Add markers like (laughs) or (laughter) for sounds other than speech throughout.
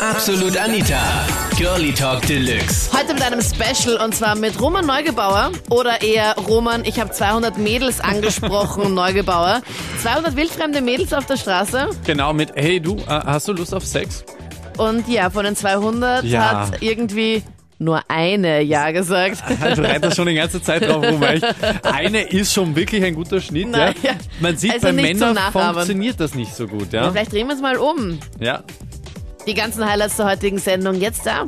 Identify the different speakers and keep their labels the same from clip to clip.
Speaker 1: Absolut Anita, Girlie Talk Deluxe.
Speaker 2: Heute mit einem Special und zwar mit Roman Neugebauer oder eher Roman, ich habe 200 Mädels angesprochen, Neugebauer. 200 wildfremde Mädels auf der Straße
Speaker 3: Genau, mit Hey du, äh, hast du Lust auf Sex?
Speaker 2: und ja, von den 200
Speaker 3: Ja.
Speaker 2: hat irgendwie nur eine Ja gesagt.
Speaker 3: Du reitest Also schon die ganze Zeit drauf rum. echt. Eine ist schon wirklich ein guter Schnitt.
Speaker 2: Na ja.
Speaker 3: ja. Man sieht,
Speaker 2: Also
Speaker 3: bei
Speaker 2: nicht zum
Speaker 3: Männern
Speaker 2: Nachahmen.
Speaker 3: funktioniert das nicht so gut. Ja?
Speaker 2: Vielleicht drehen wir es mal um.
Speaker 3: Ja.
Speaker 2: Die ganzen Highlights der heutigen Sendung jetzt da.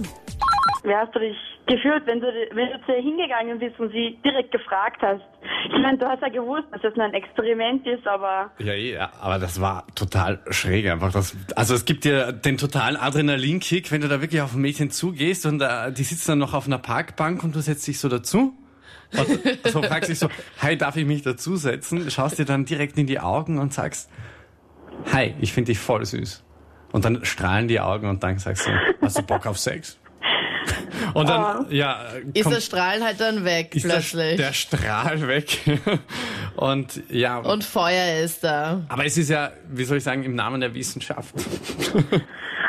Speaker 4: Wie hast du dich gefühlt, wenn du, wenn du zu ihr hingegangen bist und sie direkt gefragt hast? Ich meine, du hast ja gewusst, dass das nur ein Experiment ist, aber
Speaker 3: Ja, eh, ja, aber das war total schräg einfach. Das, also es gibt dir den totalen Adrenalinkick, wenn du da wirklich auf ein Mädchen zugehst und äh, die sitzt dann noch auf einer Parkbank und du setzt dich so dazu. Und so fragst dich so, hi, darf ich mich dazusetzen? Schaust dir dann direkt in die Augen und sagst, hi, ich finde dich voll süß. Und dann strahlen die Augen und dann sagst du, hast du Bock auf Sex? Und dann, ja,
Speaker 2: Oh. Ist
Speaker 3: kommt-
Speaker 2: das Strahlen halt dann weg
Speaker 3: ist der,
Speaker 2: plötzlich.
Speaker 3: der Strahl weg. (laughs) und ja.
Speaker 2: und Feuer ist da.
Speaker 3: Aber es ist ja, wie soll ich sagen, im Namen der (laughs) Wissenschaft.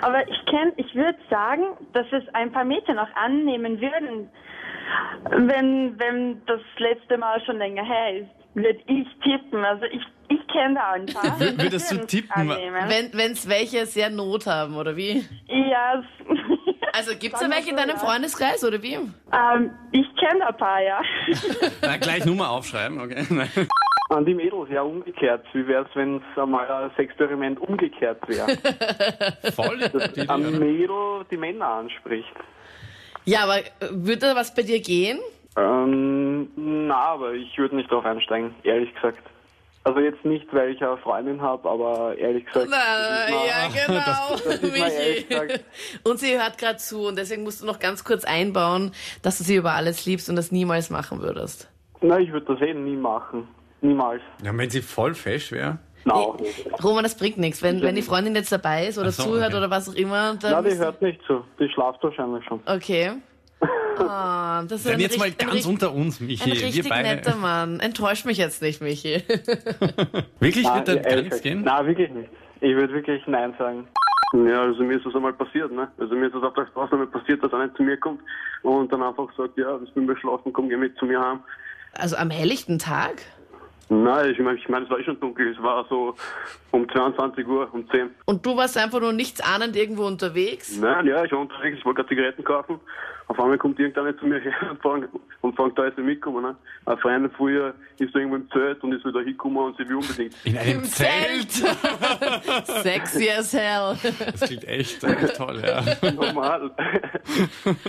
Speaker 4: aber ich kenn, ich würde sagen, dass es ein paar Mädchen auch annehmen würden, wenn wenn das letzte Mal schon länger her ist, würde ich tippen. Also ich ich kenne da ein paar.
Speaker 3: (laughs) Wür- würdest du
Speaker 4: Die würden's
Speaker 3: tippen?
Speaker 4: Annehmen.
Speaker 2: Wenn es welche sehr Not haben, oder wie?
Speaker 4: Ja. es-
Speaker 2: Also gibt's da
Speaker 4: Sagen wir
Speaker 2: welche in
Speaker 4: so,
Speaker 2: deinem
Speaker 4: ja.
Speaker 2: Freundeskreis, oder wie?
Speaker 4: ähm, ich kenne da ein paar,
Speaker 2: (laughs)
Speaker 4: ja.
Speaker 3: Na, gleich Nummer aufschreiben, okay? Nein.
Speaker 5: An die Mädels, ja umgekehrt. Wie wär's, wenn's einmal ein Experiment umgekehrt
Speaker 3: (laughs)
Speaker 5: wäre?
Speaker 3: Voll. Die,
Speaker 5: Ein
Speaker 3: die,
Speaker 5: Mädel die Männer anspricht.
Speaker 2: Ja, aber äh, würde da was bei dir gehen?
Speaker 5: Ähm, na, aber ich würde nicht drauf einsteigen, ehrlich gesagt. Also jetzt nicht, weil ich eine Freundin habe, aber ehrlich gesagt.
Speaker 2: Na,
Speaker 5: (laughs) das ist mal-
Speaker 2: ja, genau,
Speaker 5: ist mal ehrlich
Speaker 2: Michi.
Speaker 5: gesagt.
Speaker 2: Und sie hört gerade zu und deswegen musst du noch ganz kurz einbauen, dass du sie über alles liebst und das niemals machen würdest.
Speaker 5: Na, ich würde das eh nie machen. Niemals.
Speaker 3: ja, wenn sie voll fesch wäre.
Speaker 5: Na, auch nicht.
Speaker 2: Roman, das bringt nichts. Wenn, wenn die Freundin jetzt dabei ist oder
Speaker 3: Ach so,
Speaker 2: zuhört
Speaker 3: okay.
Speaker 2: oder was auch immer, dann.
Speaker 5: Na, die
Speaker 2: musst du-
Speaker 5: hört nicht zu. Die schlaft wahrscheinlich schon. (laughs)
Speaker 2: okay. Ah, das ist
Speaker 3: Dann
Speaker 2: ein
Speaker 3: jetzt mal
Speaker 2: richt- ein
Speaker 3: ganz
Speaker 2: richt-
Speaker 3: unter uns,
Speaker 2: Ein
Speaker 3: Michi. Wir
Speaker 2: richtig netter
Speaker 3: beide.
Speaker 2: Mann. Enttäusch mich jetzt nicht, Michi.
Speaker 3: Wirklich
Speaker 5: Na,
Speaker 3: wird dann gar
Speaker 5: ehrlich
Speaker 3: nichts
Speaker 5: gesagt.
Speaker 3: gehen?
Speaker 5: Na, wirklich nicht. Ich würde wirklich Nein sagen.
Speaker 6: Ja, also mir ist das einmal passiert, ne? Also mir ist das auf der Straße einmal passiert, dass einer zu mir kommt und dann einfach sagt, ja, das will mir schlafen, komm, geh mit zu mir heim.
Speaker 2: Also am helllichten Tag?
Speaker 6: Nein, ich meine, ich mein, es war eh schon dunkel, es war so um 22 Uhr, um 10.
Speaker 2: Und du warst einfach nur nichts ahnend irgendwo unterwegs?
Speaker 6: Nein, ja, ich war unterwegs, ich wollte gerade Zigaretten kaufen. Auf einmal kommt irgendeiner zu mir her und fängt, und fängt da jetzt mitkommen, ne? Ein Freund früher ist da irgendwo im Zelt und ist wieder hingekommen und sie will unbedingt. (laughs)
Speaker 3: In einem Zelt.
Speaker 2: (laughs) Sexy as
Speaker 3: (laughs)
Speaker 2: hell.
Speaker 3: Das klingt echt, echt toll,
Speaker 2: (laughs)
Speaker 3: ja.
Speaker 6: Normal.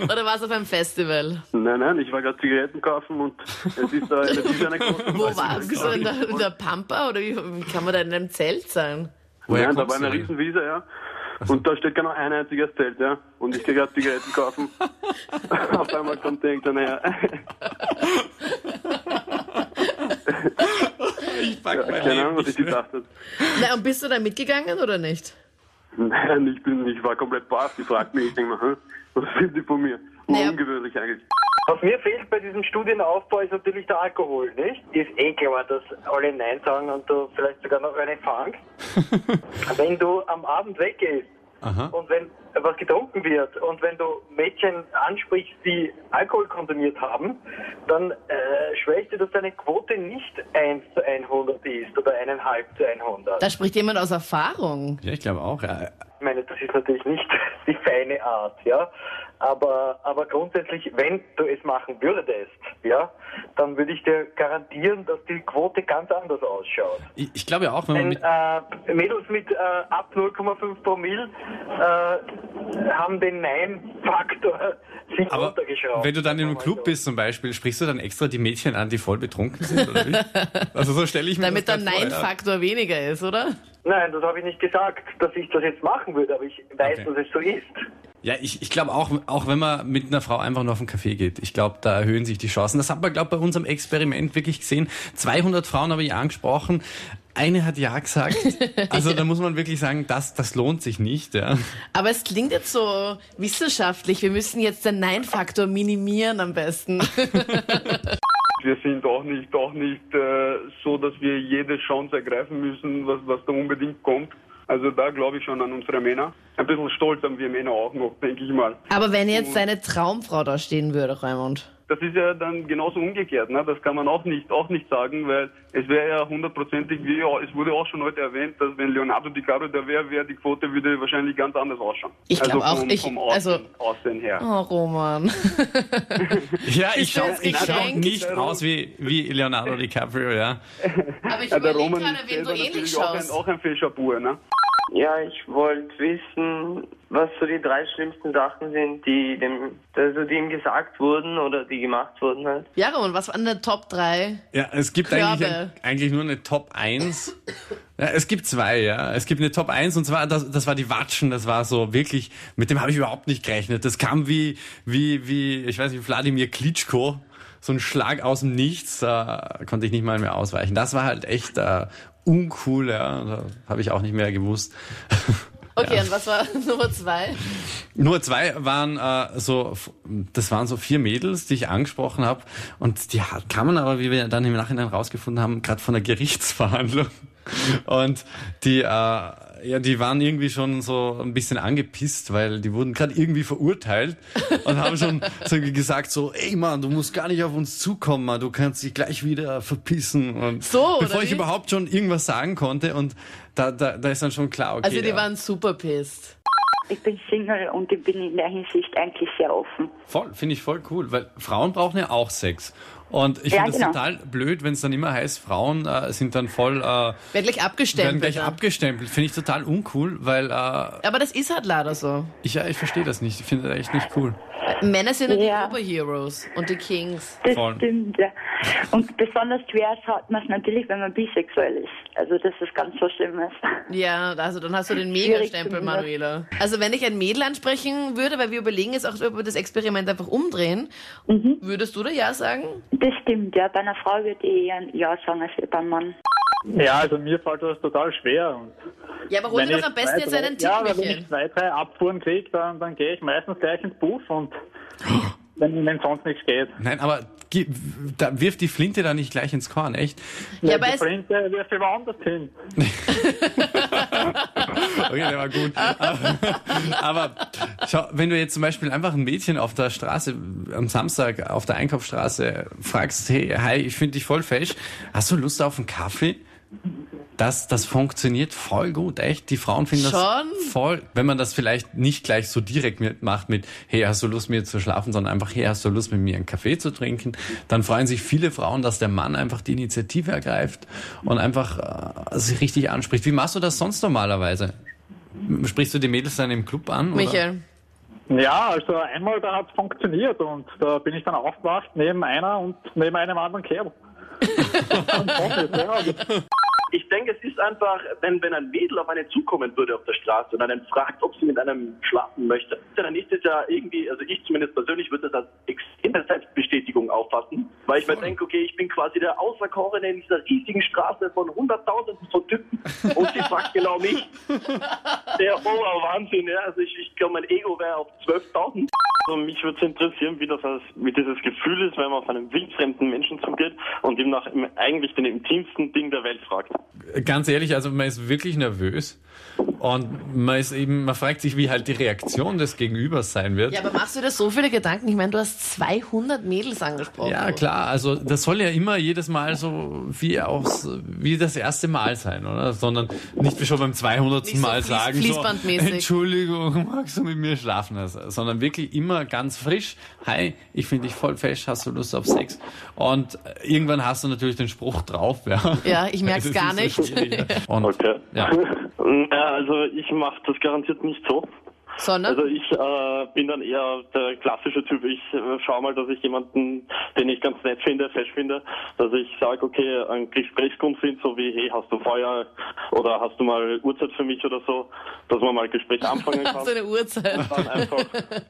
Speaker 2: Oder warst du auf einem Festival?
Speaker 6: nein, nein, ich war gerade Zigaretten kaufen und es ist da eine Tüte angekommen.
Speaker 2: Wo Also, warst du? So in der, in der Pampa? Oder wie, wie kann man da in einem Zelt sein?
Speaker 3: Woher
Speaker 6: Nein, da
Speaker 3: kommst
Speaker 6: war eine
Speaker 3: du?
Speaker 6: Riesenwiese, ja. Und da steht genau ein einziges Zelt, ja. Und ich gehe gerade Zigaretten
Speaker 2: (laughs)
Speaker 3: (laughs)
Speaker 6: kaufen. (laughs) Auf einmal kommt irgendeiner her.
Speaker 3: Ich pack mein
Speaker 6: (laughs) Keine
Speaker 3: Leben
Speaker 6: Ahnung, was ich
Speaker 3: nicht mehr. (laughs)
Speaker 6: gedacht habe.
Speaker 2: Na, und bist du da mitgegangen oder nicht?
Speaker 6: Nein, ich, bin, ich war komplett baff. Die fragt mich, ich denke mir, hä, was will die von mir?
Speaker 2: Naja.
Speaker 6: Ungewöhnlich eigentlich.
Speaker 7: Was mir fehlt bei diesem Studienaufbau ist natürlich der Alkohol, nicht? Ist eh klar, dass alle Nein sagen und du vielleicht sogar noch eine fangst. wenn du am Abend weggehst und wenn was getrunken wird und wenn du Mädchen ansprichst, die Alkohol konsumiert haben, dann äh, schwöre ich dir, dass deine Quote nicht 1 zu 100 ist oder 1,5 zu 100.
Speaker 2: Da spricht jemand aus Erfahrung.
Speaker 3: Ja, ich glaube auch, ja.
Speaker 7: Ich meine, das ist natürlich nicht (laughs) die feine Art, ja. Aber, aber grundsätzlich, wenn du es machen würdest, ja, dann würde ich dir garantieren, dass die Quote ganz anders ausschaut.
Speaker 3: Ich, ich glaube auch, wenn man
Speaker 7: Denn
Speaker 3: mit...
Speaker 7: äh, Mädels mit äh, ab 0,5 Promille äh, haben den Nein-Faktor sich
Speaker 3: Aber
Speaker 7: runtergeschraubt.
Speaker 3: wenn du dann in
Speaker 6: Oh
Speaker 3: einem Club bist zum Beispiel, sprichst du dann extra die Mädchen an, die voll betrunken sind, oder
Speaker 2: (laughs)
Speaker 3: wie? Also so
Speaker 6: Hm,
Speaker 3: stelle ich mir
Speaker 2: Damit der
Speaker 3: das grad vor, ja.
Speaker 2: Nein-Faktor weniger ist, oder?
Speaker 7: Nein, das habe ich nicht gesagt, dass ich das jetzt machen würde, aber ich weiß,
Speaker 3: Okay.
Speaker 7: dass es so ist.
Speaker 3: Ja, ich, ich glaube auch, auch wenn man mit einer Frau einfach nur auf einen Kaffee geht, ich glaube, da erhöhen sich die Chancen. Das hat man, glaube ich, bei unserem Experiment wirklich gesehen. 200 Frauen habe ich angesprochen. Eine hat ja gesagt. Also da muss man wirklich sagen, das, das lohnt sich nicht. Ja.
Speaker 2: Aber es klingt jetzt so wissenschaftlich. Wir müssen jetzt den Nein-Faktor minimieren am
Speaker 6: (laughs)
Speaker 2: besten.
Speaker 6: Wir sind auch äh, nicht, auch nicht so, dass wir jede Chance ergreifen müssen, was, was da unbedingt kommt. Also da glaube ich schon an unsere Männer. Ein bisschen stolz haben wir Männer auch noch, denke ich mal.
Speaker 2: Aber wenn jetzt deine Traumfrau da stehen würde, Raimund.
Speaker 6: Das ist ja dann genauso umgekehrt, ne? Das kann man auch nicht, auch nicht sagen, weil es wäre ja hundertprozentig, wie es wurde auch schon heute erwähnt, dass wenn Leonardo DiCaprio da wäre, wäre die Quote würde wahrscheinlich ganz anders ausschauen.
Speaker 2: Ich glaub
Speaker 6: also
Speaker 2: auch,
Speaker 6: vom,
Speaker 2: ich-
Speaker 6: vom Aussehen,
Speaker 2: also-
Speaker 6: Aussehen her.
Speaker 2: Oh, Roman.
Speaker 3: Ja, ich
Speaker 2: das
Speaker 3: schaue ich schau
Speaker 2: geschenkt?
Speaker 3: nicht aus wie, wie Leonardo DiCaprio, ja.
Speaker 2: Aber ich
Speaker 6: Ja, der
Speaker 2: überlege
Speaker 6: Roman
Speaker 2: gerade,
Speaker 6: ist
Speaker 2: wem du
Speaker 6: selber
Speaker 2: ähnlich
Speaker 6: natürlich auch ein,
Speaker 2: schaust.
Speaker 6: auch ein Fischabur, ne?
Speaker 7: Ja, ich wollte wissen, was so die drei schlimmsten Sachen sind, die dem, also die ihm gesagt wurden oder die gemacht wurden halt.
Speaker 2: Ja, Roman, was waren der Top 3?
Speaker 3: Ja, es gibt
Speaker 2: Körbe.
Speaker 3: eigentlich, ein- eigentlich nur eine Top 1. Ja, es gibt zwei, ja. Es gibt eine Top 1 und zwar, das, das war die Watschen, das war so wirklich, mit dem habe ich überhaupt nicht gerechnet. Das kam wie, wie, wie, ich weiß nicht, Wladimir Klitschko. So ein Schlag aus dem Nichts, da konnte ich nicht mal mehr ausweichen. Das war halt echt äh, uncool, ja. Da habe ich auch nicht mehr gewusst. (laughs)
Speaker 2: Okay, und was war (laughs) Nummer 2?
Speaker 3: Nur zwei waren äh, so, das waren so vier Mädels, die ich angesprochen habe. Und die ha- kamen aber, wie wir dann im Nachhinein rausgefunden haben, gerade von der Gerichtsverhandlung. Und die, äh, ja, die waren irgendwie schon so ein bisschen angepisst, weil die wurden gerade irgendwie verurteilt und haben schon
Speaker 2: (laughs)
Speaker 3: so gesagt so, ey Mann, du musst gar nicht auf uns zukommen, Mann, du kannst dich gleich wieder verpissen. Und
Speaker 2: So, oder
Speaker 3: bevor ich
Speaker 2: wie?
Speaker 3: überhaupt schon irgendwas sagen konnte und da, da, da ist dann schon klar, okay. äh,
Speaker 2: Also, die
Speaker 3: ja.
Speaker 2: waren super pissed.
Speaker 8: Ich bin Single und ich bin in der Hinsicht eigentlich sehr offen.
Speaker 3: Voll, finde ich voll cool, weil Frauen brauchen ja auch Sex. Und ich
Speaker 8: Ja,
Speaker 3: finde es
Speaker 8: genau.
Speaker 3: total blöd, wenn es dann immer heißt, Frauen äh, sind dann voll, äh,
Speaker 2: Werd gleich
Speaker 3: werden
Speaker 2: abgestempelt.
Speaker 3: gleich
Speaker 2: ja.
Speaker 3: abgestempelt. Finde ich total uncool, weil äh,
Speaker 2: Aber das ist halt leider so.
Speaker 3: ich, ja, ich verstehe das nicht. Ich finde das echt nicht cool.
Speaker 2: Männer sind ja.
Speaker 8: Ja.
Speaker 2: die Oberheroes und die Kings.
Speaker 8: Das
Speaker 3: Voll.
Speaker 8: stimmt, ja. Und besonders schwer hat man es natürlich, wenn man bisexuell ist. Also das ist ganz was Schlimmes.
Speaker 2: Ja, also dann hast du den
Speaker 8: Schwierig
Speaker 2: Megastempel,
Speaker 8: zu
Speaker 2: Manuela. Also wenn ich ein Mädel ansprechen würde, weil wir überlegen jetzt auch, ob wir das Experiment einfach umdrehen,
Speaker 8: Mhm.
Speaker 2: würdest du da ja sagen?
Speaker 8: Das stimmt, ja. Bei einer Frau würde ich eher ein Ja sagen als beim Mann.
Speaker 5: Ja, also mir fällt das total schwer. Und
Speaker 2: Ja, aber hol
Speaker 5: wenn
Speaker 2: dir
Speaker 5: ich
Speaker 2: doch am besten
Speaker 5: zwei,
Speaker 2: jetzt
Speaker 5: drei-
Speaker 2: einen Tipp,
Speaker 5: Ja, aber wenn ich
Speaker 2: Michael.
Speaker 5: zwei, drei Abfuhren kriege, dann, dann gehe ich meistens gleich ins Puff
Speaker 2: (gasps)
Speaker 5: und wenn, wenn sonst nichts geht.
Speaker 3: Nein, aber gi- da wirft die Flinte da nicht gleich ins Korn, echt?
Speaker 2: Ja, aber
Speaker 5: die
Speaker 2: es,
Speaker 5: Printe wirft immer anders hin.
Speaker 3: Okay, der war gut. Aber, aber schau, wenn du jetzt zum Beispiel einfach ein Mädchen auf der Straße am Samstag auf der Einkaufsstraße fragst, hey, hi, ich finde dich voll fesch, hast du Lust auf einen Kaffee? Das, das funktioniert voll gut, echt. Die Frauen finden
Speaker 2: Schon?
Speaker 3: das voll, wenn man das vielleicht nicht gleich so direkt mitmacht mit, hey, hast du Lust, mit mir zu schlafen, sondern einfach, hey, hast du Lust, mit mir einen Kaffee zu trinken? Dann freuen sich viele Frauen, dass der Mann einfach die Initiative ergreift und einfach äh, sich richtig anspricht. Wie machst du das sonst normalerweise? Sprichst du die Mädels dann im Club an?
Speaker 2: Michael.
Speaker 5: Ja, also einmal da hat es funktioniert und da bin ich dann aufgewacht neben einer und neben einem
Speaker 2: (laughs)
Speaker 5: anderen Kerl. Und Profis, ja, also das-
Speaker 9: Ich denke, es ist einfach, wenn, wenn ein Mädel auf eine zukommen würde auf der Straße und einen fragt, ob sie mit einem schlafen möchte, dann ist es ja irgendwie, also ich zumindest persönlich würde das als extreme Selbstbestätigung auffassen, weil ich mir denke, okay, ich bin quasi der Auserkorene in dieser riesigen Straße von Hunderttausenden von Typen und sie fragt genau mich. Der Oberwahnsinn, ja, also ich, ich glaube, mein Ego wäre auf 12.000.
Speaker 7: Also mich würde es interessieren, wie das als, wie dieses Gefühl ist, wenn man auf einen wildfremden Menschen zugeht und ihm nach im- eigentlich den intimsten Ding der Welt fragt.
Speaker 3: ganz ehrlich, also man ist wirklich nervös und man ist eben, man fragt sich, wie halt die Reaktion des Gegenübers sein wird.
Speaker 2: Ja, aber machst du dir so viele Gedanken? Ich meine, du hast 200 Mädels angesprochen.
Speaker 3: Ja, klar, also das soll ja immer jedes Mal so wie aufs, wie das erste Mal sein, oder? Sondern nicht wie schon beim 200.
Speaker 2: Nicht so
Speaker 3: Mal
Speaker 2: fließ-
Speaker 3: sagen,
Speaker 2: fließbandmäßig.
Speaker 3: So, Entschuldigung, (laughs) magst du mit mir schlafen? Also, sondern wirklich immer ganz frisch, hi, ich finde dich voll fesch, hast du Lust auf Sex? Und äh, irgendwann hast du natürlich den Spruch drauf, ja.
Speaker 2: Ja, ich merk's
Speaker 3: (laughs) Das ist
Speaker 2: gar
Speaker 3: so
Speaker 2: nicht.
Speaker 3: schwierig,
Speaker 2: (laughs)
Speaker 3: ja. Und,
Speaker 7: Okay. (laughs)
Speaker 3: ja.
Speaker 7: Ja, also ich mache das garantiert nicht so.
Speaker 2: Sondern?
Speaker 7: Also ich äh, bin dann eher der klassische Typ. Ich äh, schaue mal, dass ich jemanden, den ich ganz nett finde, fesch finde, dass ich sage, okay, ein Gesprächsgrundsinn, so wie, hey, hast du Feuer oder hast du mal Uhrzeit für mich oder so, dass man mal ein Gespräch
Speaker 2: (laughs)
Speaker 7: anfangen
Speaker 2: (laughs)
Speaker 7: kann.
Speaker 2: hast du eine Uhrzeit?
Speaker 7: Dann einfach,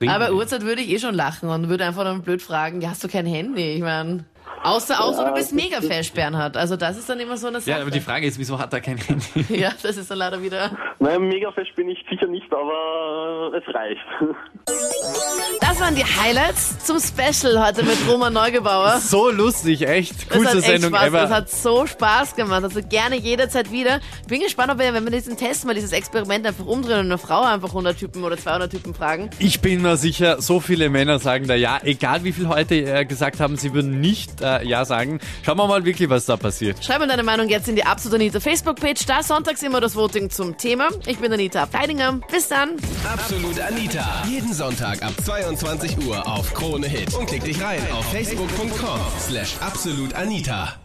Speaker 2: Aber Uhrzeit würde ich eh schon lachen und würde einfach dann blöd fragen, ja, hast du kein Handy? Ich meine, außer, außer du bist mega fesch, Bernhard. Also das ist dann immer so eine Sache. (laughs)
Speaker 3: ja, aber die Frage ist, wieso hat er kein Handy?
Speaker 2: Ja, das ist dann leider wieder.
Speaker 10: Nein, mega fest bin ich sicher nicht, aber es reicht.
Speaker 7: (laughs)
Speaker 2: Das waren die Highlights zum Special heute mit Roman Neugebauer.
Speaker 3: So lustig, echt.
Speaker 2: Das hat
Speaker 3: Coolste
Speaker 2: echt
Speaker 3: Sendung
Speaker 2: Spaß,
Speaker 3: ever.
Speaker 2: Das hat so Spaß gemacht. Also gerne jederzeit wieder. Bin gespannt, ob wir, wenn wir diesen Test mal, dieses Experiment einfach umdrehen und eine Frau einfach 100 Typen oder 200 Typen fragen.
Speaker 3: Ich bin mir sicher, so viele Männer sagen da ja, egal wie viel heute äh, gesagt haben, sie würden nicht äh, ja sagen. Schauen wir mal wirklich, was da passiert.
Speaker 2: Schreib mir deine Meinung jetzt in die Absolut Anita Facebook-Page. Da sonntags immer das Voting zum Thema. Ich bin Anita Abteidinger. Bis dann.
Speaker 1: Absolut Anita. Jeden Sonntag ab 22 Uhr auf Krone Hit. Und klick dich rein auf facebook.com slash absolutanita.